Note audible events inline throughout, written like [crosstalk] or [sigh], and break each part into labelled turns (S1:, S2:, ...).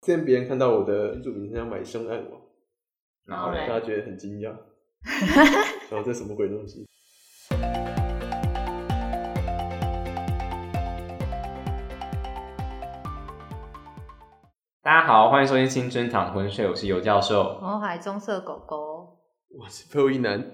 S1: 之前别人看到我的原住民要买凶按网，
S2: 然后嘞
S1: 大，家觉得很惊
S3: [laughs]
S1: 讶，然后这什么鬼东西？
S2: 大家好，欢迎收听《青春躺浑水》，我是尤教授。
S3: 我海棕色狗狗，
S1: 我是裴一男，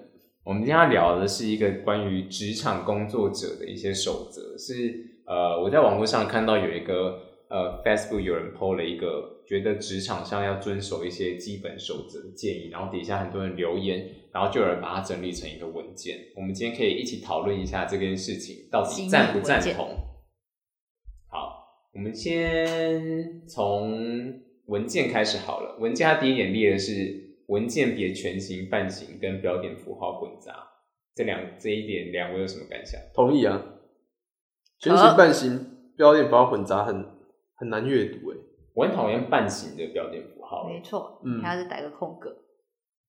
S2: 我们今天要聊的是一个关于职场工作者的一些守则，是呃，我在网络上看到有一个呃，Facebook 有人 PO 了一个觉得职场上要遵守一些基本守则的建议，然后底下很多人留言，然后就有人把它整理成一个文件。我们今天可以一起讨论一下这件事情到底赞不赞
S3: 精密文件
S2: 同。好，我们先从文件开始好了。文件它第一点列的是文件别全形、半形跟标点符号混杂，这两这一点两位有什么感想？
S1: 同意啊。全形半形标点符号混杂很很难阅读诶、欸
S2: 我很讨厌半形的标点符号，
S3: 没错，
S1: 嗯
S3: 它是打一个空格。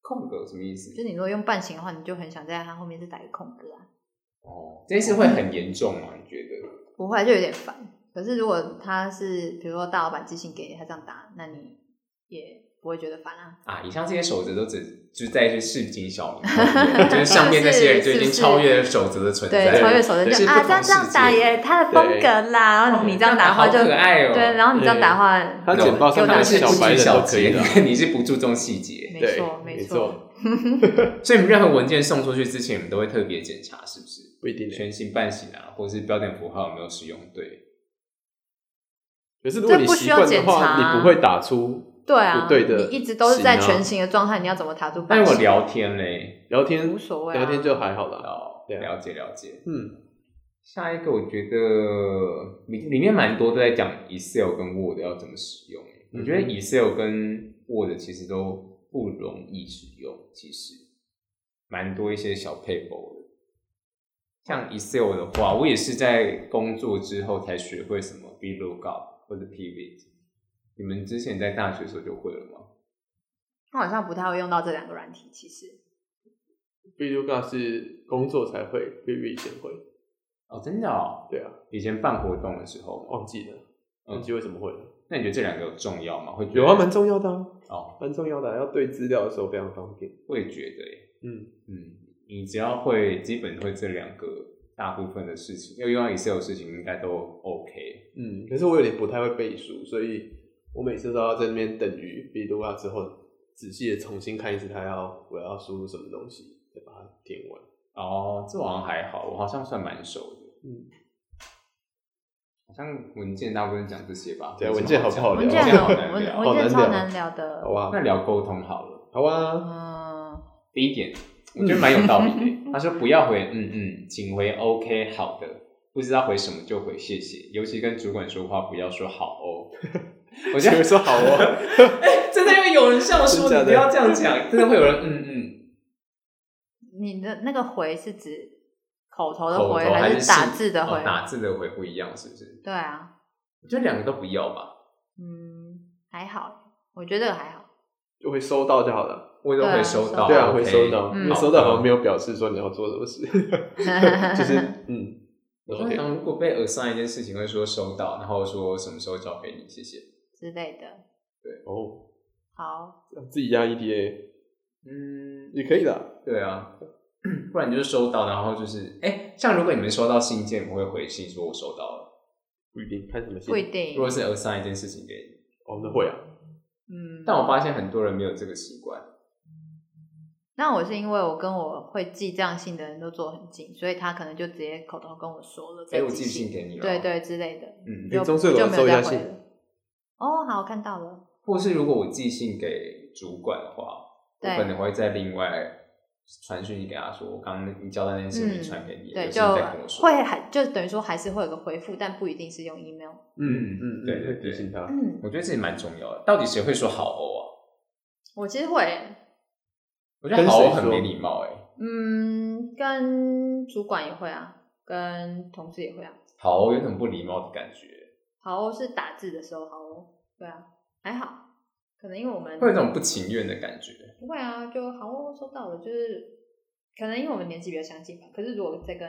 S2: 空格什么意思
S3: 就？你如果用半形的话，你就很想在它后面再打一个空格啊，
S2: 哦，这件事会很严重吗？你觉得？
S3: 不会就有点烦。可是如果它是比如说大老板寄信给你，他这样打，那你也不会觉得烦啊。
S2: 啊，以上这些守则都只就是在一些市井小民上
S3: [laughs]
S2: 面，就是上面那些人就已经超越了守则的存在了，
S3: 对，超越手的
S2: 这
S3: 就是啊，
S2: 不
S3: 这
S2: 同
S3: 样这样
S2: 世
S3: 打
S2: 界
S3: 也他的风格啦。然后你这样打的话就
S2: 好可爱哦
S3: 对，然后你这样打的话，
S1: 他
S3: 就
S1: 简报上
S3: 就
S1: 面
S2: 他们
S3: 打
S2: 是
S1: 小
S2: 不
S1: 白
S2: 拘
S1: 人
S2: 小
S1: 都可以啊
S2: 节
S1: 啦，
S2: [laughs] 你是不注重细节，
S3: 没
S1: 对
S3: 错，
S1: 没
S3: 错，
S1: 错，
S2: 所以你们任何文件送出去之前，你们都会特别检查，是不是？
S1: 不一定、欸。
S2: 全形、半形啊，或是标点符号有没有使用对？
S1: 可是如果你习惯
S3: 这
S1: 的
S3: 不需要检查
S1: 话，
S3: 啊
S1: 你不会打出
S3: 对啊，
S1: 不对的
S3: 你一直都是在
S1: 形啊
S3: 全形的状态，你要怎么打出
S2: 但
S3: 半
S2: 如果
S3: 形？
S2: 聊天嘞，
S1: 聊天
S3: 无，所谓啊，
S1: 聊天就还好啦。
S2: 哦，
S1: 对啊
S2: 了解了解。
S1: 嗯，
S2: 下一个我觉得里里面蛮多都在讲 Excel 跟 Word 要怎么使用。欸我觉得
S1: 嗯
S2: Excel 跟 Word 其实都不容易使用，其实蛮多一些小 paper 的。像 Excel 的话，我也是在工作之后才学会什么 VLOOKUP 或者 Pivot。你们之前在大学的时候就会了吗？
S3: 他好像不太会用到这两个软体，其实。
S1: ，video g a 是工作才会，b i 以前会，
S2: 哦，真的哦，
S1: 对啊，
S2: 以前办活动的时候嘛。
S1: 忘记了，忘记为什么会了。
S2: 那你觉得这两个有重要吗？会觉得
S1: 有啊，蛮重要的啊，
S2: 哦，
S1: 蛮重要的啊、要对资料的时候非常方便。
S2: 我也觉得耶。
S1: 嗯，
S2: 嗯，你只要会基本会这两个大部分的事情，要用到 Excel 的事情应该都 OK。
S1: 嗯，可是我有点不太会背书，所以我每次都要在那边等于 B 读啊之后，仔细的重新看一次它要我要输入什么东西，再把它填完。
S2: 哦，这好像还好，我好像算蛮熟的。
S1: 嗯，
S2: 好像文件大部分讲这些吧。
S1: 对啊
S2: 有什么
S1: 文件好不好聊
S3: 文
S2: 文
S3: 件
S2: 件好难
S3: 很文
S2: 聊。
S1: 好
S3: 文件
S1: 难
S3: 超
S1: 聊
S3: 难聊的
S1: 好。啊
S2: 那，聊沟通好了。
S1: 好啊，
S3: 嗯，
S2: 第一点，
S1: 嗯
S2: 我觉得蛮有道理
S1: [laughs]
S2: 的。他说不要回嗯嗯，请回 OK 好的，不知道回什么就回谢谢。尤其跟主管说话，不要说好
S1: [laughs]
S2: 哦。我觉
S1: 你
S2: 得
S1: [laughs] 们说好哦，
S2: 哎真的会有人笑说
S1: 真的假的
S2: 你不要这样 [laughs] 讲，真的会有人嗯嗯。
S3: 你的那个回是指口头的
S2: 口头
S3: 回
S2: 还
S3: 是打
S2: 信
S3: 字的
S2: 哦
S3: 回？
S2: 打字的回不一样，是不是？
S3: 对啊，
S2: 我觉得两个都不要吧，
S3: 嗯，还好，我觉得这个还好。
S2: [laughs]
S1: 就会收到就好了。
S2: 我都
S3: 对
S2: 会
S3: 啊
S2: 收到，
S1: 对啊，
S2: OK
S1: 会收到，
S3: 嗯
S1: 因为收到好像没有表示说你要做什么事， [laughs] 就是嗯
S2: 我
S1: ，OK
S2: 通常如果被 assign 一件事情，会说收到，然后说什么时候交给你，谢谢。
S3: [laughs] 之类的。
S1: 哦，
S3: 好，
S1: 自己压 EDA
S2: 嗯，
S1: 也可以的，
S2: 对啊， [clears throat] 不然你就是收到，然后就是，哎，像如果你们收到信件，我会回信说我收到了。
S1: 不一定看什么
S3: 不一
S1: 线。
S3: 定
S2: 如。果是 assign 一件事情给你，
S1: 哦，那会啊，
S3: 嗯，
S2: 但我发现很多人没有这个习惯。
S3: 那我是因为我跟我会寄这样信的人都坐很近，所以他可能就直接口头跟我说了，
S2: 哎，
S3: 再
S2: 我寄信
S3: 信，
S2: 给你了。
S3: 对。对之类的，
S2: 嗯，
S3: 就
S1: 中社
S3: 就
S1: 有
S3: 没
S1: 收
S3: 有
S1: 一下
S3: 再
S1: 信
S3: 回了。哦，好，我看到了。
S2: 或是如果我寄信给主管的话，我
S3: 对
S2: 可能会再另外传讯息给他说，我刚刚你交代那件事没传给你，
S3: 嗯对，
S2: 有事
S3: 就
S2: 再跟我说。
S3: 会还就等于说还是会有个回复，但不一定是用 email。
S1: 嗯嗯，
S2: 对对
S1: 会提醒他，
S3: 嗯，
S2: 我觉得这也蛮重要的。到底谁会说好哦啊？
S3: 我其实会，
S2: 我觉得
S1: 跟
S2: 好
S1: 谁
S2: 哦很
S1: 说
S2: 没礼貌哎、
S3: 嗯，跟主管也会啊，跟同事也会啊。
S2: 好哦有种不礼貌的感觉，
S3: 好哦，是打字的时候好哦，对啊，还好，可能因为我们
S2: 会有一种不情愿的感觉。
S3: 不会啊，就好哦，收到了，就是可能因为我们年纪比较相近吧。可是如果再跟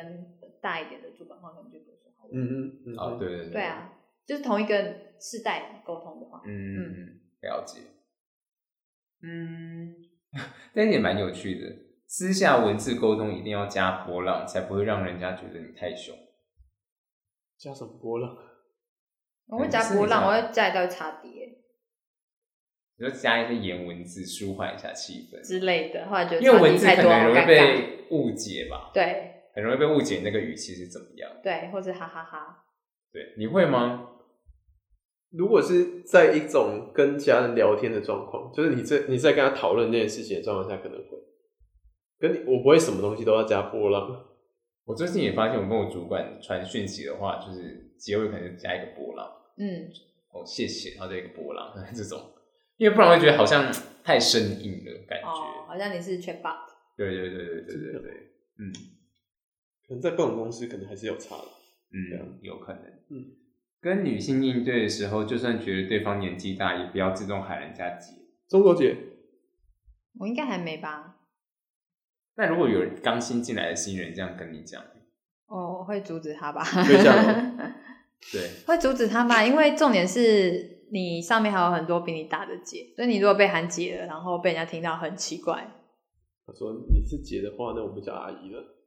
S3: 大一点的主管的话，可能就不会说好哦。
S1: 嗯嗯嗯，
S2: 啊，对对对，
S3: 对，啊，就是同一个世代沟通的话，
S2: 嗯，
S3: 嗯
S2: 了解。嗯，但也蛮有趣的。私下文字沟通一定要加波浪，才不会让人家觉得你太凶。
S1: 加什么波浪？
S3: 我会加波浪，我会加一道差别
S2: 你就加一些颜文字，舒缓一下气氛。
S3: 之类的，后来觉得
S2: 因为文字
S3: 差
S2: 可
S3: 别太多，
S2: 能
S3: 好
S2: 容易
S3: 尴尬。
S2: 被误解吧，
S3: 对
S2: 很容易被误解你那个语气是怎么样。
S3: 对，或者哈哈哈，
S2: 对，你会吗？
S1: 如果是在一种跟其他人聊天的状况，就是你在你在跟他讨论那件事情的状况下，可能会。跟你我不会什么东西都要加波浪，
S2: 我最近也发现，我跟我主管传讯息的话，就是结尾可能加一个波浪，
S3: 嗯，
S2: 哦谢谢，然后再一个波浪 [laughs] 这种，因为不然会觉得好像太生硬了感觉。
S3: 哦，好像你是 chat bot，
S2: 对对对对对对对，嗯
S1: 可能在不同公司可能还是有差的。
S2: 嗯，有可能。
S1: 嗯，
S2: 跟女性应对的时候，就算觉得对方年纪大，也不要自动喊人家姐。
S1: 中国姐，
S3: 我应该还没吧？
S2: 但如果有人刚新进来的新人这样跟你讲，
S3: 哦，我会阻止他吧？
S1: 对
S2: [laughs]
S1: 象
S2: 对，
S3: [laughs] 会阻止他吧，因为重点是你上面还有很多比你大的姐，所以你如果被喊姐了，然后被人家听到很奇怪。
S1: 他说你是姐的话，那我们叫阿姨了。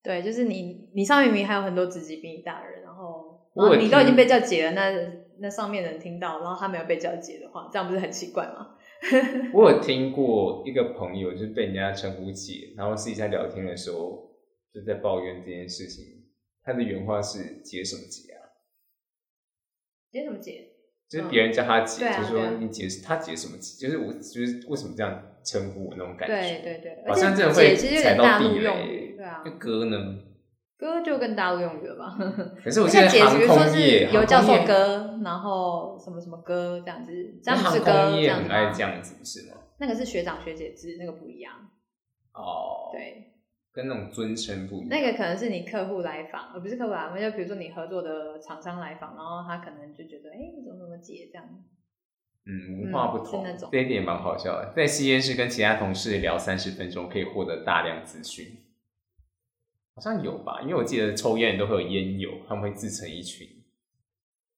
S3: 对，就是你，你上面明明还有很多职级比你大的人，然后
S2: 我
S3: 然
S2: 有
S3: 后你都已
S2: 听
S3: 经被叫姐了，那那上面的人听到，然后他没有被叫姐的话，这样不是很奇怪吗？
S2: 我有听过一个朋友，就是被人家称呼姐，然后私底下聊天的时候就在抱怨这件事情。他的原话是“姐什么姐啊
S3: 姐什么姐？”，
S2: 就是别人叫他姐，
S3: 嗯对啊
S2: 就
S3: 对
S2: 说
S3: 啊
S2: 你姐他姐什么姐，就是我就是为什么这样称呼我那种感
S3: 对
S2: 觉。
S3: 对对，
S2: 好
S3: 而
S2: 像
S3: 且
S2: 真的
S3: 姐
S2: 会
S3: 其实有
S2: 踩
S3: 点
S2: 到
S3: 大
S2: 地
S3: 陆用语，
S2: 雷。
S3: 对啊
S2: 那，哥呢？
S3: 哥就更大陆用语了
S2: [laughs]
S3: 吧？
S2: 可是我
S3: 而
S2: 记
S3: 且
S2: 得
S3: 姐，
S2: 航
S3: 比如说
S2: 空业，
S3: 是有教
S2: 航空
S3: 授
S2: 业，
S3: 哥，然后什么什么哥这样子，詹
S2: 那
S3: 姆
S2: 航
S3: 士
S2: 空
S3: 哥这
S2: 业
S3: 样
S2: 很
S3: 子
S2: 爱
S3: 吗
S2: 这样子，不是吗？
S3: 那个是学长学姐制，那个不一样。
S2: 哦，，
S3: 对，
S2: 跟那种尊称不一样。
S3: 那个可能是你客户来访，呃而不是客户来访，就比如说你合作的厂商来访，然后他可能就觉得，哎、你怎么怎么姐这样？
S2: 嗯，文化不
S3: 嗯
S2: 同，
S3: 是那种
S2: 这一点也蛮好笑的。在吸烟室跟其他同事聊三十分钟，可以获得大量资讯，好像有吧？因为我记得抽烟人都会有烟友，他们会自成一群，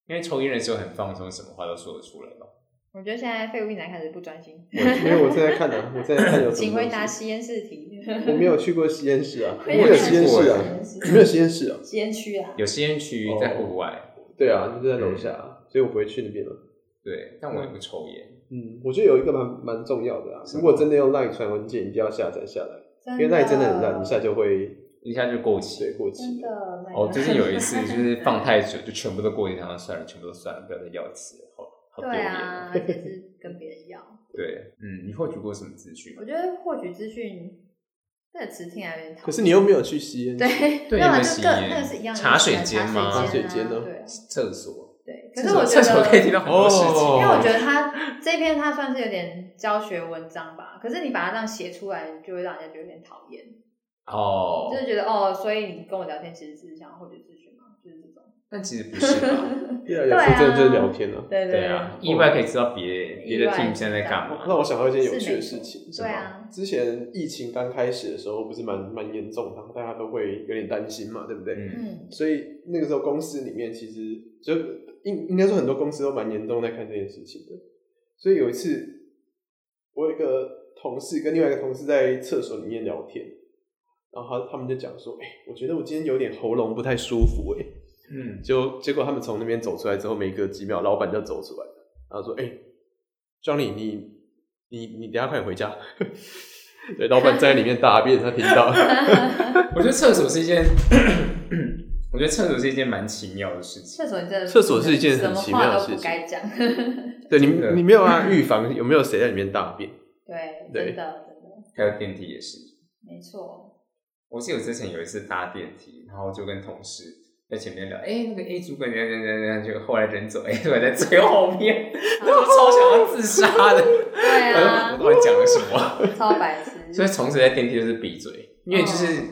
S2: 因为抽烟的时候很放松，什么话都说得出来吧。
S3: 我觉得现在废物一男开始不
S2: [laughs]
S3: 专心，
S1: 我因为我正在看啊，我正在看有什么东西。
S3: 请回答吸烟室
S2: [laughs]
S3: 题。
S1: 我没有去过吸烟室啊，
S3: 我
S1: 我
S3: 也
S1: 没
S3: 没
S1: 有
S3: 有
S1: 吸烟室啊
S3: 去过吸烟，室
S1: 你没有吸烟室啊？
S3: 吸烟区啊，
S2: 有吸烟区
S1: 哦
S2: 在户外，
S1: 对啊，就在楼下
S2: 嗯
S1: 啊，所以我不会去那边了。
S2: 对，但我也不抽烟。
S1: 嗯，我觉得有一个蛮蛮重要的啊，
S2: 什么
S1: 如果真的用 LINE 传文件，一定要下载下来，
S3: 真
S1: 因为 LINE 真的很烂，一下就会
S2: 一下就过期
S1: 水。过
S3: 真
S1: 期了。
S3: 的。
S2: 哦，最近有一次就是放太久，就全部都过期，想说算了，全部都算了，不要再要吃了，好好丢
S3: 对
S1: [laughs]
S2: 脸。
S3: 啊，而且是跟别人要。
S2: 对，嗯，你获取过什么资讯吗
S3: 我？觉得获取资讯这个词听起来有点讨厌。
S1: 可是你又没有去吸烟室，
S3: 对
S2: [laughs] 对
S3: 没有
S2: 你
S3: 啊
S2: 们
S3: 就
S2: 吸
S3: 各
S2: 烟
S3: 那个是一样的意思啊，
S2: 茶水间吗
S3: 茶
S1: 茶
S3: 水
S1: 水
S3: 间
S1: 间
S3: 啊
S1: 呢
S3: 对啊
S2: 厕所，
S3: 对。可
S2: 厕
S3: 是我
S2: 所
S3: 觉得
S2: 厕所可以听到很多事情，
S1: 哦
S3: 因为我觉得他这篇他算是有点教学文章吧，可是你把它这样写出来，就会让人家觉得有点讨厌，
S2: 哦
S3: 就，是觉得哦，所以你跟我聊天其实是想要获取资讯嘛，就是这种。
S2: 但其实不是
S3: [laughs]
S2: 吧？
S1: 对啊，有时候真的就是聊天啊。
S3: 对
S2: 对啊，意外可以知道别别的
S3: 意外
S2: team 现在在干
S1: 让
S2: 嘛。
S1: 我想到一件有趣的事情，
S3: 对啊，
S1: 之前疫情刚开始的时候，不是蛮蛮严重的，大家都会有点担心嘛，对不对？
S2: 嗯，
S3: 嗯，
S1: 所以那个时候公司里面其实就应应该说很多公司都蛮严重在看这件事情的。所以有一次，我有一个同事跟另外一个同事在厕所里面聊天，然后他他们就讲说：“哎、我觉得我今天有点喉咙不太舒服、哎，
S2: 嗯，
S1: 就结果他们从那边走出来之后，没隔几秒，老板就走出来了，然后说：“哎、j o h n n y 你你你等一下快点回家。” [laughs] 对，老板在里面大便，他听到。
S2: 我觉得厕所是一件， [clears throat] 我觉得厕所是一件蛮奇妙的事情。
S3: 厕所你真的
S1: 厕所是一件很奇妙的
S3: 什么话都不该讲， [laughs]
S1: 对你
S2: 真的
S1: 你没有办法预防有没有谁在里面大便。
S3: 对，
S1: 对
S3: 真的真的
S2: 还有电梯也是，
S3: 没
S1: [laughs]
S3: 错，
S2: 我记得我之前有一次搭电梯，然后就跟同事在前面聊，哎、那个 A 主管怎样怎样怎样，就后来人走，A 哎主管在最后面，然 [laughs] 后我超想要自杀的，
S3: 哦对
S2: 我
S3: 啊，
S2: 到底讲了什么？
S3: 超白痴，
S2: 所以从此在电梯就是闭嘴，因为就是
S3: 哦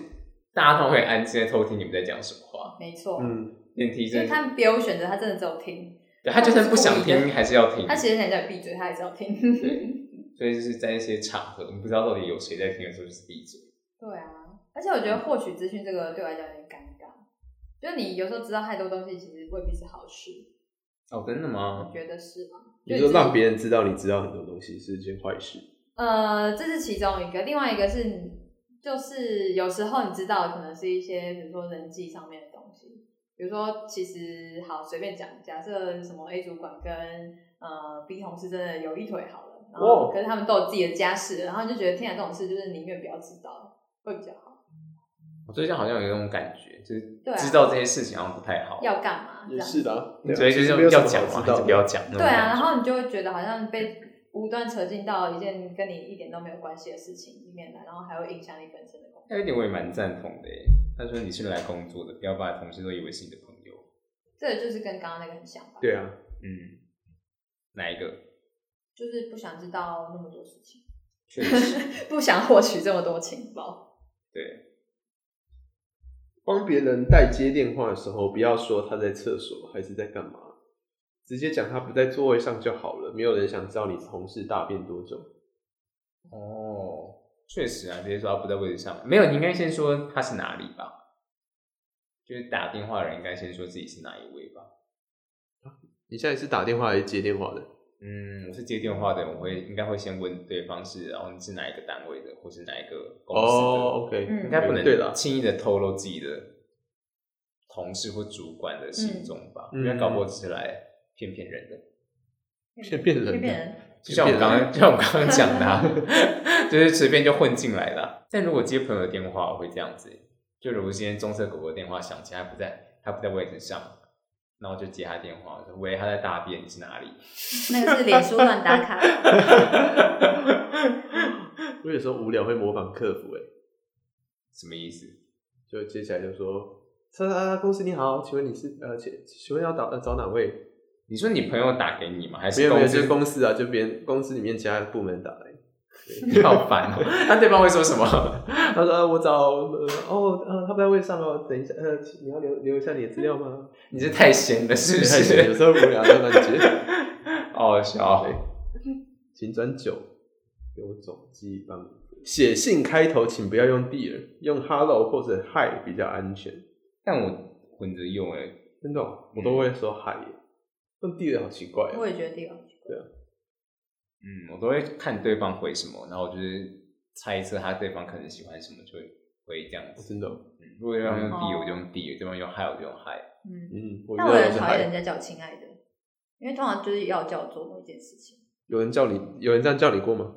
S2: 大家都会安静在偷听你们在讲什么话。
S3: 没错，
S1: 嗯，
S2: 电梯
S3: 所
S2: 真
S3: 以
S2: 的，
S3: 他们别无选择，他真的只有听，
S2: 对他就算不想听还是要听
S3: 他，其实想叫你闭嘴，他还是要听。
S2: 所以就是在一些场合，你不知道到底有谁在听的时候就是闭嘴。
S3: [laughs] 对啊，而且我觉得获取资讯这个对我来讲有点尴尬，就你有时候知道太多东西，其实未必是好事。
S2: 哦，真的吗
S3: 你？觉得是吗？
S1: 你说让别人知道你知道很多东西是一件坏事，
S3: 呃，这是其中一个，另外一个是你就是有时候你知道的可能是一些比如说人际上面的东西，比如说其实好随便讲，假设什么 A 主管跟呃 B 同事真的有一腿好了，然后
S1: 哦
S3: 可是他们都有自己的家事，然后你就觉得天啊这种事就是宁愿不要知道会比较好，
S2: 我最近好像有一种感觉，就是
S3: 对啊
S2: 知道这些事情好像不太好，
S3: 要干嘛这
S1: 也
S3: 样？
S1: 是的啊，对啊
S2: 所以就
S1: 其实没有什
S2: 是要
S1: 么好
S2: 讲嘛，
S1: 知
S2: 还
S1: 道
S2: 是
S1: 的
S2: 不要讲那种
S3: 对啊，
S2: 感
S3: 然
S2: 觉
S3: 后你就会觉得好像被无端扯进到一件跟你一点都没有关系的事情里面来，然后还会影响你本身的工作，
S2: 那一点我也蛮赞同的耶。他说你是来工作的，不要把同事都以为是你的朋友。
S3: 这个就是跟刚刚那个很像吧？
S1: 对啊，
S2: 嗯，哪一个？
S3: 就是不想知道那么多事情，
S2: 确实，
S3: 不想获取这么多情报。
S2: 对，
S1: 帮别人代接电话的时候，不要说他在厕所还是在干嘛，直接讲他不在座位上就好了。没有人想知道你同事大便多久。
S2: 哦，确实啊，直接说他不在位置上，没有，你应该先说他是哪里吧。就是打电话的人应该先说自己是哪一位吧。
S1: 你现在是打电话还是接电话的？
S2: 嗯，我是接电话的，我会应该会先问对方是，然后你是哪一个单位的，或是哪一个公司的。
S1: 哦、o k
S3: 嗯
S2: 应该不能
S1: 对啦
S2: 轻易的透露自己的同事或主管的行踪吧，
S1: 嗯
S2: 因为搞不好只是来骗骗人的。
S1: 骗骗人的
S3: 骗骗人，
S2: 就像我
S1: 骗
S2: 刚
S1: 人
S2: 刚，就像我刚刚讲的、啊， [laughs] 就是随便就混进来的啊、但如果接朋友的电话，我会这样子，就如果今天棕色狗狗的电话响起，他不在，他不在位置上，那我就接他电话，我说喂，他在大便，你是哪里？ [laughs]
S3: 那个是脸书乱打卡。
S1: 我有时候无聊会模仿客服、欸，
S2: 什么意思？
S1: 就接起来就说：“叉叉叉公司你好，请问你是呃，请请问要找呃找哪位
S2: 你说你朋友打给你吗？还？”
S1: 没
S2: 是
S1: 有没
S2: 公
S1: 有，就是
S2: 司？
S1: 公司啊，就别人公司里面其他部门打来。
S2: 你好烦哦、那对方会说什么？
S1: [laughs]
S2: [laughs]
S1: 他说：“呃，我找呃哦呃，他不在位上哦，等一下呃，请你要留留一下你的资料吗？”
S2: 你是太闲了是不
S1: 太闲 [laughs] 有
S2: 是？
S1: 时候无聊的感觉。
S2: 好好笑哦。
S1: 请转九，有总机帮你写信开头，请不要用 dear，用 hello 或者 hi 比较安全。
S2: 但我混着用哎、
S1: 真的哦、我都会说 hi，耶用 dear 好奇怪哦、
S3: 我也觉得地方奇怪
S2: 嗯，我都会看对方回什么，然后我就是猜测他对方可能喜欢什么，就会会这样
S1: 哦
S2: 子。
S1: 真的哦、
S2: 嗯，如果对方用 D，
S3: 哦
S2: 我就用 D；，对方用 Hi，我就用 Hi。
S3: 嗯，
S1: 嗯，我
S3: 但
S1: 觉
S3: 我
S1: 得我
S3: 很
S1: 是
S3: 讨厌人
S1: hi。
S3: 家叫我亲爱的，因为通常就是要叫我做某一件事情，
S1: 有人叫你，有人这样叫你过吗？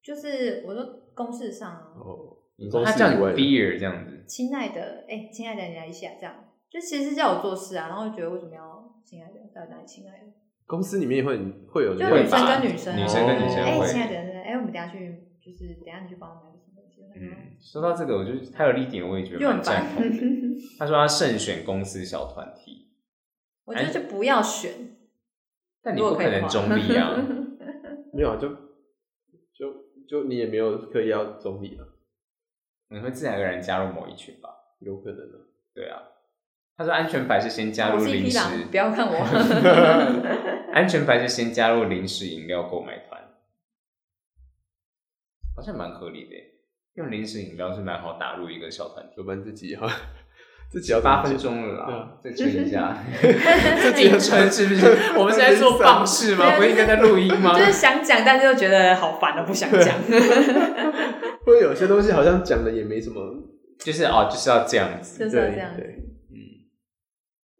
S3: 就是我说公事上啊，
S1: 哦，
S2: 你
S1: 公
S2: 说
S1: 司
S2: 他叫
S1: 以外的
S2: 你 Beer 这样子，
S3: 亲爱的，哎、亲爱的，你来一下，这样就其实是叫我做事啊，然后就觉得为什么要亲爱的，到底哪里亲爱的？
S1: 公司里面会会有人
S3: 就
S1: 叫
S3: 女
S1: 你
S2: 吧
S3: 生跟女生啊，
S2: 女
S1: 生跟女生
S3: 哎、
S1: 会
S3: 亲爱的，哎、我们等一下去，就是等一下你去帮我买个什么东西，
S2: 嗯，说到这个，我就是他有一点，我也觉
S3: 然
S2: 得
S3: 后就很
S2: 蛮赞。
S3: 烦
S2: 同
S3: [laughs]
S2: 的。他说他慎选公司小团体，
S3: 我觉得就不要选，
S2: 但你不
S3: 如果可
S2: 可
S3: 以的
S2: 能
S3: 话
S2: 中立
S3: [laughs]
S2: 啊。
S1: 没有啊，就就就你也没有刻意要总理啊，
S2: 你会自然而然加入某一群吧？
S1: 有可能啊。
S2: 对啊。他说安全牌是先加
S3: 我
S2: 入
S3: 是一
S2: 零
S3: 匹
S2: 食，
S3: 狼，不要看我。
S2: 安全牌是先加入零食饮料购买团，好像蛮合理的耶。用零食饮料是蛮好打入一个小团体，
S1: 有关自己哈、 [laughs] 自己要怎么
S2: 八分
S1: 解
S2: 钟了
S1: 对
S2: 啦
S1: 啊，
S2: 再撑一 [laughs] 下，
S3: 这
S2: [laughs] 自己撑是不是？ [laughs] 我们是在做棒式 [laughs] 吗？不是应该在录音吗
S3: [laughs] 就？是想讲，但是又觉得好烦了，啊不想讲。 [laughs]
S1: 或者有些东西好像讲的也没什么，
S2: 就是哦，就是要这样子。
S3: 就是要这样子
S1: 对
S2: 嗯，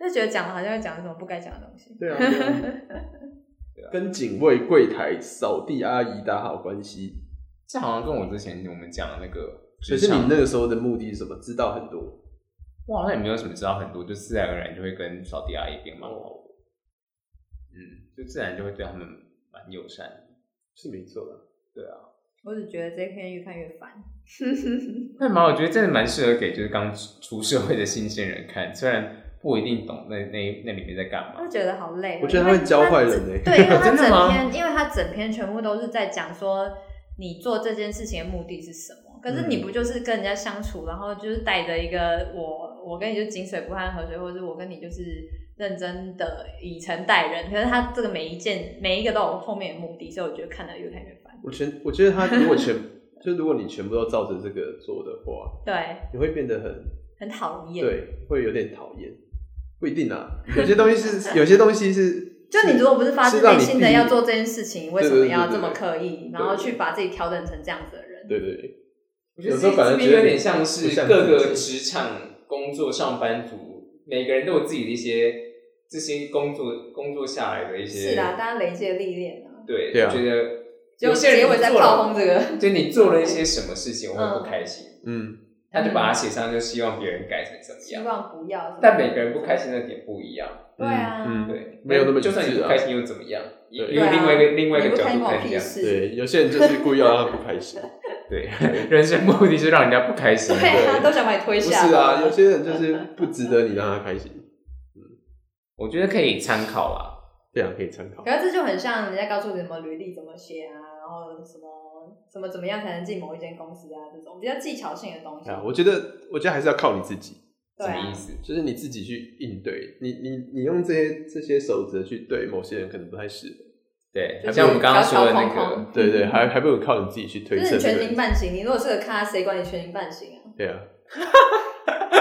S3: 就觉得讲了好像会讲什么不该讲的东西。
S1: 对啊对
S3: [laughs]
S1: 啊，跟警卫、柜台、扫地阿姨打好关系。
S2: 这好像跟我之前我们讲的那个
S1: 可
S2: 职
S1: 是你
S2: 场，
S1: 那个时候的目的是什么？知道很多，
S2: 我好像也没有什么知道很多，就自然而然就会跟扫地阿姨变蛮好的。嗯，就自然就会对他们蛮友善的。
S1: 是没错的。
S2: 对啊。
S3: 我只觉得这一篇越看越烦。
S2: 那蛮，我觉得真的蛮适合给就是刚出社会的新鲜人看，虽然不一定懂那那那里面在干
S3: 我
S2: 嘛。
S3: 觉得好累哦。
S1: 我觉得
S3: 因为
S1: 他会教坏人
S3: 整
S1: 欸
S3: 对，
S1: [laughs]
S3: 因为他
S2: 真的
S3: 整
S2: 吗
S3: 篇，因为他整篇全部都是在讲说你做这件事情的目的是什么。可是你
S1: 嗯
S3: 不就是跟人家相处，然后就是带着一个我我跟你就井水不犯河水，或者是我跟你就是认真的以诚待人。可是他这个每一件每一个都有后面的目的，所以我觉得看得越看越烦。
S1: 我全我觉得他如果全 [laughs] 就如果你全部都照着这个做的话，
S3: 对，
S1: 你会变得很
S3: 很讨厌。 [laughs]
S1: 对，会有点讨厌。不一定啊，有些东西是有些东西是
S3: 就你如果不是发自
S1: 是让
S3: 内
S1: 你
S3: 心的
S1: 避
S3: 要做这件事情，为什么
S1: 对对对
S3: 要
S1: 对
S3: 这么
S1: 对
S3: 刻意，然后去把自己调整成这样子的人？
S1: 对对对，
S2: 我觉得
S1: 有时候反而
S2: 这边
S1: 觉得
S2: 有点像
S1: 不
S2: 是
S1: 像
S2: 各个
S1: 自
S2: 职场工作上班族，每个人都有自己的一些这些工作工作下来的一些
S3: 是啊，大家累积的历练啊。
S2: 对，
S1: 对啊
S2: 就觉得
S3: 就
S2: 有些人
S3: 结尾在
S2: 做了
S3: 炮轰这个，
S2: 就你做了一些什么事情，我会不开心，
S1: 嗯，
S2: 他就把它写上，就希望别人改成怎么
S3: 希
S2: 样。
S3: 望不要。
S2: 但每个人不开心的点不一样，
S3: 对啊
S1: 嗯，嗯
S2: 对，
S1: 没有那么一致
S2: 就
S1: 啊
S2: 算你不开心又怎么样？
S1: 对
S2: 用另外一个另外一个角度
S3: 你不
S2: 看
S3: 开心关我
S2: 这
S3: 屁
S2: 样，
S3: 事。
S1: 对，有些人就是故意要让他不开
S3: [laughs]
S1: 心，
S2: 对，人生目的是让人家不开心。
S3: 对啊，
S1: 对
S3: 都想把你推
S1: 不
S3: 下。
S1: 是啊，有些人就是不值
S3: [laughs] 嗯
S1: 得你让他开心，
S2: 我觉得可以参考啦。
S1: 对啊，可以参考。
S3: 可是这就很像人家告诉你什么履历怎么写啊，然后什么怎么怎么样才能进某一间公司啊，这种比较技巧性的东西。
S1: 啊，我觉得，我觉得还是要靠你自己，
S3: 对
S2: 什么
S3: 啊
S2: 意，思？
S1: 就是你自己去应对。你你你用这些这些守则去对某些人可能不太适合，
S2: 对，
S3: 就是
S2: 像我们刚刚说的那
S3: 条条框
S2: 个，
S3: 框 [laughs]
S1: 对对，还还不如靠你自己去推
S3: 嗯就是
S1: 测
S3: 你
S1: 这
S3: 全
S1: 个
S3: 勤
S1: 人。
S3: 半行。你如果是个咖，谁管你全勤半行啊？
S1: 对 [laughs] 啊，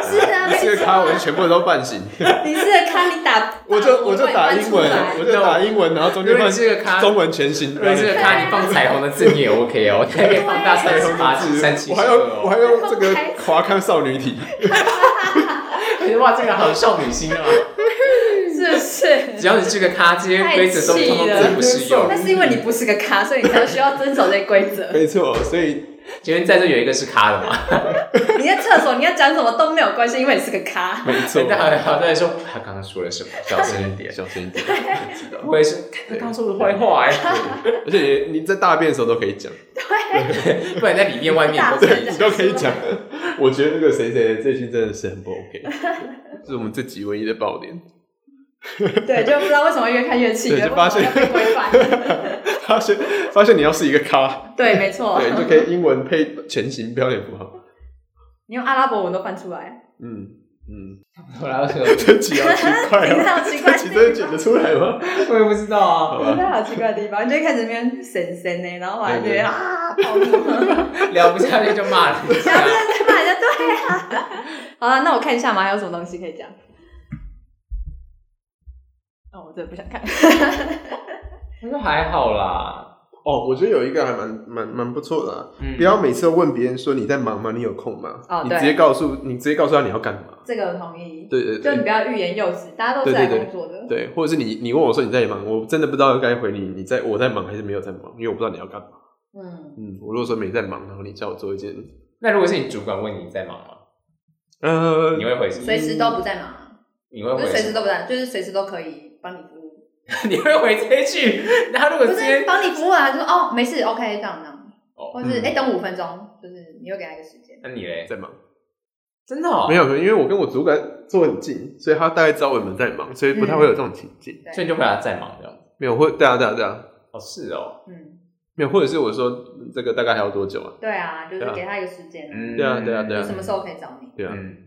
S3: 是
S1: [laughs]
S3: 啊，
S1: 这
S3: 没
S1: 个
S3: 错
S1: 咖我就
S3: 啊。
S1: 全部都半 [laughs] 醒，
S3: 你是个咖，
S2: [laughs]
S3: 你打
S1: 我就啊我就
S3: 把你
S1: 打
S3: 搬
S1: 英
S3: 出
S1: 文
S3: 来，
S1: 我就打英文，然后中
S2: 啊
S1: 间
S2: 如果
S1: 放
S2: 你是个咖，
S1: 中文全新，
S2: 如果你是个咖，你放彩虹的字你也 OK 哦，可以放大三十八、三七
S1: 我
S2: 十
S1: 还
S2: 二
S1: 要我
S2: 哦。
S1: 还用这个华康少女 [laughs] 体，
S2: 哎哇，这个好少女心啊！
S3: 是不是？ [laughs]
S2: 只要你是个咖，这些规则都通通都不适用
S1: 太气了。 [laughs]
S3: 那是因为你不是个咖，所以你才需要遵守这些规则。
S1: 没错，所以
S2: 前面在座有一个是咖的嘛？
S3: [laughs] 你在厕所你要讲什么都没有关系，因为你是个 [laughs] 咖。
S1: 没错，
S2: 那还好在说他刚刚说了什 [laughs] 么，小声一点。
S1: 哎小声一点，知道
S2: 不会是他刚刚说的坏话哎，
S1: 而且你你在大便的时候都可以 [laughs] 讲，
S2: 不然在里面外面都可以
S3: 对
S1: 你都可以讲。我觉得那个谁谁的最近真的是很不 OK，这是我们这集唯一的爆点。
S3: 对，就不知道为什么越看越气，
S1: 对
S3: 觉得
S1: 就发现
S3: 为什么要被规范。
S1: 发现发现你要是一个咖，
S3: 对， [laughs] 没错，
S1: 对，你就可以英文配前行标点符号。
S3: 你用阿拉伯文都翻出来，
S1: 嗯嗯，
S2: 后来我说，
S1: 这集好奇怪
S3: 你 [laughs] 真的
S1: 哦，
S3: 好奇怪
S1: 这集真的剪得出来吗？
S2: [laughs] 我也不知道啊，
S1: 好
S3: [laughs] 真
S1: 吧，
S3: 的好奇怪的地方，你就会开始那边神神呢，然后还觉
S1: 对对
S3: 得啊，暴 [laughs] 怒，然
S2: 聊不下去就骂
S3: [laughs]
S2: 人
S3: 后
S2: 家。
S3: 在骂人家对啊。好了，那我看一下嘛，还有什么东西可以讲？哦，我真的不想看。 [laughs]
S2: 他说还好啦，
S1: 哦，我觉得有一个还蛮蛮蛮不错的啊、
S2: 嗯
S1: 不要每次都问别人说你在忙吗？你有空吗？
S3: 哦
S1: 你
S3: 对
S1: 直接告诉你直接告诉他你要干嘛。
S3: 这个我同意，
S1: 对对
S3: 就你
S1: 对
S3: 不要欲言又止，大家都是来工作的。
S1: 对，或者是你你问我说你在忙，我真的不知道该回你，你在我在忙还是没有在忙，因为我不知道你要干嘛。
S3: 嗯，
S1: 嗯，我如果说没在忙，然后你叫我做一件，
S2: 那如果是你主管问你在忙吗？
S1: 呃，
S2: 你会回什么？
S3: 随时都不在忙，
S2: 你会
S3: 不
S2: 回
S3: 是随时
S2: 什
S3: 都
S2: 么？
S3: 不在，就是随时都可以帮你服务。
S2: [laughs] 你会回这一句？然后如果
S3: 不
S2: 今
S3: 是
S2: 天
S3: 帮你服务啊，就说哦没事，OK 这样这样，
S2: 哦
S3: 或是
S1: 嗯
S3: 哎、等五分钟，就是你又给他一个时间。
S2: 那你嘞？
S1: 在忙？
S2: 真的哦
S1: 没，有，没有因为我跟我主管坐很近，所以他大概知道我们在忙，所以不太会有这种情境。
S2: 所以你就回答在忙这样。
S1: 没有，或对啊，对啊，对啊，
S2: 哦，是哦，
S3: 嗯，
S1: 没有，或者是我说嗯这个大概还要多久啊？
S3: 对啊，就是
S1: 对啊
S3: 给他一个时间、
S2: 嗯，
S1: 对啊对啊对
S3: 就
S1: 啊
S3: 什么时候可以找你？
S1: 对啊，
S2: 嗯，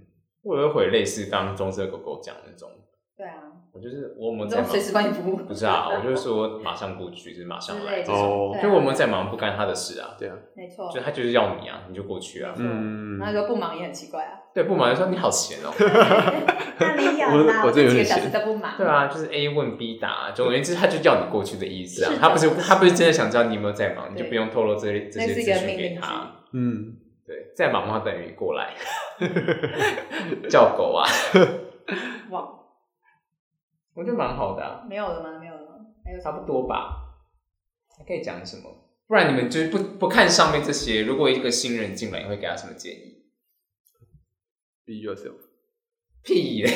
S2: 我也会回类似刚刚棕色狗狗讲的那种，
S3: 对啊，
S2: 我就是我有没有
S3: 你
S2: 在
S3: 就
S2: 忙？
S3: 随时帮你服务
S2: 不是啊，我就是说马上过去，就是马
S3: 之
S2: 上
S3: 类
S2: 来
S3: 的。。
S1: 哦
S3: 对啊
S2: 就我有没有在忙不干他的事啊，
S1: 对啊，
S3: 没错
S2: 就，他就是要你啊，你就过去啊。
S1: 嗯，
S3: 然后说不忙也很奇怪啊。
S2: 对，不忙就说你好闲哦。
S3: 那你有啦，
S1: 我
S3: 我
S1: 我真
S3: 这
S1: 的有
S3: 几个
S1: 点
S3: 小
S1: 闲
S3: 时都不忙。
S2: 对，啊，就是 A 问 B 答，啊总而言之，他就叫你过去的意思啊
S3: 是。的
S2: 他不是他不是真的想知道你有没有在忙，你就
S3: 对
S2: 不用透露这些这
S3: 那
S2: 些
S3: 是一
S2: 资
S3: 个
S2: 讯
S3: 命
S2: 给
S3: 令
S2: 他。
S3: 句。
S1: 嗯，
S2: 对，再忙的话等于过来，叫狗啊， [laughs]
S3: 哇，
S2: 我觉得蛮好的、啊，
S3: 没有了吗？没有了吗？还有什
S2: 差
S3: 么
S2: 不多吧。还可以讲什么？不然你们就是不不看上面这些，如果一个新人进来，你会给他什么建议？
S1: ，be yourself。
S2: 屁嘞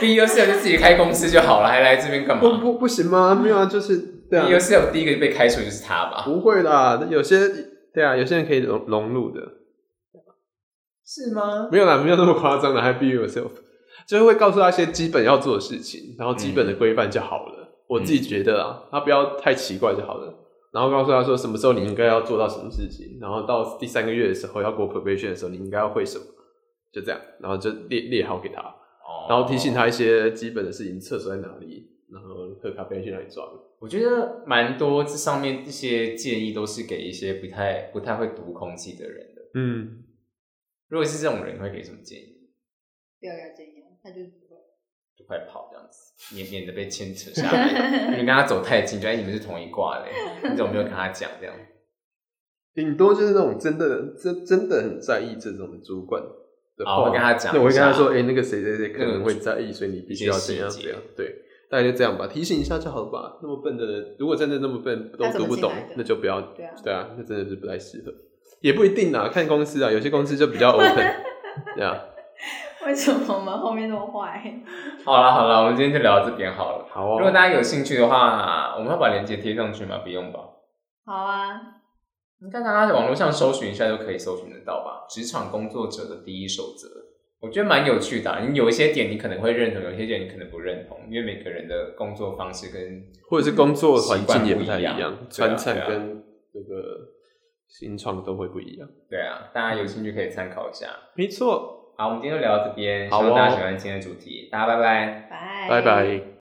S2: ！Be yourself 就自己开公司就好了，还来这边干
S1: 不
S2: 嘛
S1: 不不行吗？没有啊，就是对
S2: ？Be
S1: 啊，
S2: yourself 第一个被开除的就是他吧？
S1: 不会啦，有些对啊，有些人可以融融入的，
S2: 是吗？
S1: 没有啦，没有那么夸张的，还 be yourself，就是会告诉他一些基本要做的事情，然后基本的规范就好了。我自己觉得啊，他不要太奇怪就好了。然后告诉他说什么时候你应该要做到什么事情，然后到第三个月的时候要过 probation 的时候，你应该要会什么，就这样，然后就列列好给他，
S2: 哦
S1: 然后提醒他一些基本的事情，厕所在哪里，然后喝咖啡去哪里装，
S2: 我觉得蛮多这上面这些建议都是给一些不太不太会读空气的人的。
S1: 嗯，
S2: 如果是这种人，你会给什么建议？
S3: 不要给他建议啊，他就是不会。
S2: 就快跑这样子，免免得被牵扯下来。你跟他走太近，就哎你们是同一挂嘞，你怎么没有跟他讲这样？
S1: 顶多就是那种真的真真的很在意这种的主管的
S2: 啊，我
S1: 话，
S2: 会跟他讲一下，
S1: 那我会跟他说，哎、那个谁谁谁可
S2: 那
S1: 能
S2: 个
S1: 会在意，所以你必须要怎样
S2: 一些细
S1: 怎
S2: 节
S1: 样，对，大概就这样吧，提醒一下就好了吧。那么笨的人，如果真的那么笨都
S3: 他怎么
S1: 读不
S3: 进
S1: 懂
S3: 来的，
S1: 那就不要，
S3: 对啊
S1: 那真的是不太适合，也不一定啦，看公司啊，有些公司就比较
S3: [laughs]
S1: open，对啊，
S3: 为什么我们后面那么坏？
S2: [laughs] 好了好了，我们今天就聊到这边好了。
S1: 好哦
S2: 如果大家有兴趣的话，我们要把链接贴上去吗？不用吧，
S3: 好啊，
S2: 应该大家在网络上搜寻一下就可以搜寻得到吧。职场工作者的第一守则，我觉得蛮有趣的啊、你有一些点你可能会认同，有一些点你可能不认同，因为每个人的工作方式跟
S1: 或者是工作环
S2: 习惯
S1: 境
S2: 不
S1: 也不太
S2: 一
S1: 一
S2: 样对啊
S1: 样，传产
S2: 对啊
S1: 跟这个新创都会不一样，
S2: 对啊，大家有兴趣可以参考一下。
S1: 没错，
S2: 好，我们今天就聊到这边，希
S1: 好哦
S2: 望大家喜欢今天的主题，大家拜拜。
S1: 拜
S3: 拜
S1: 拜。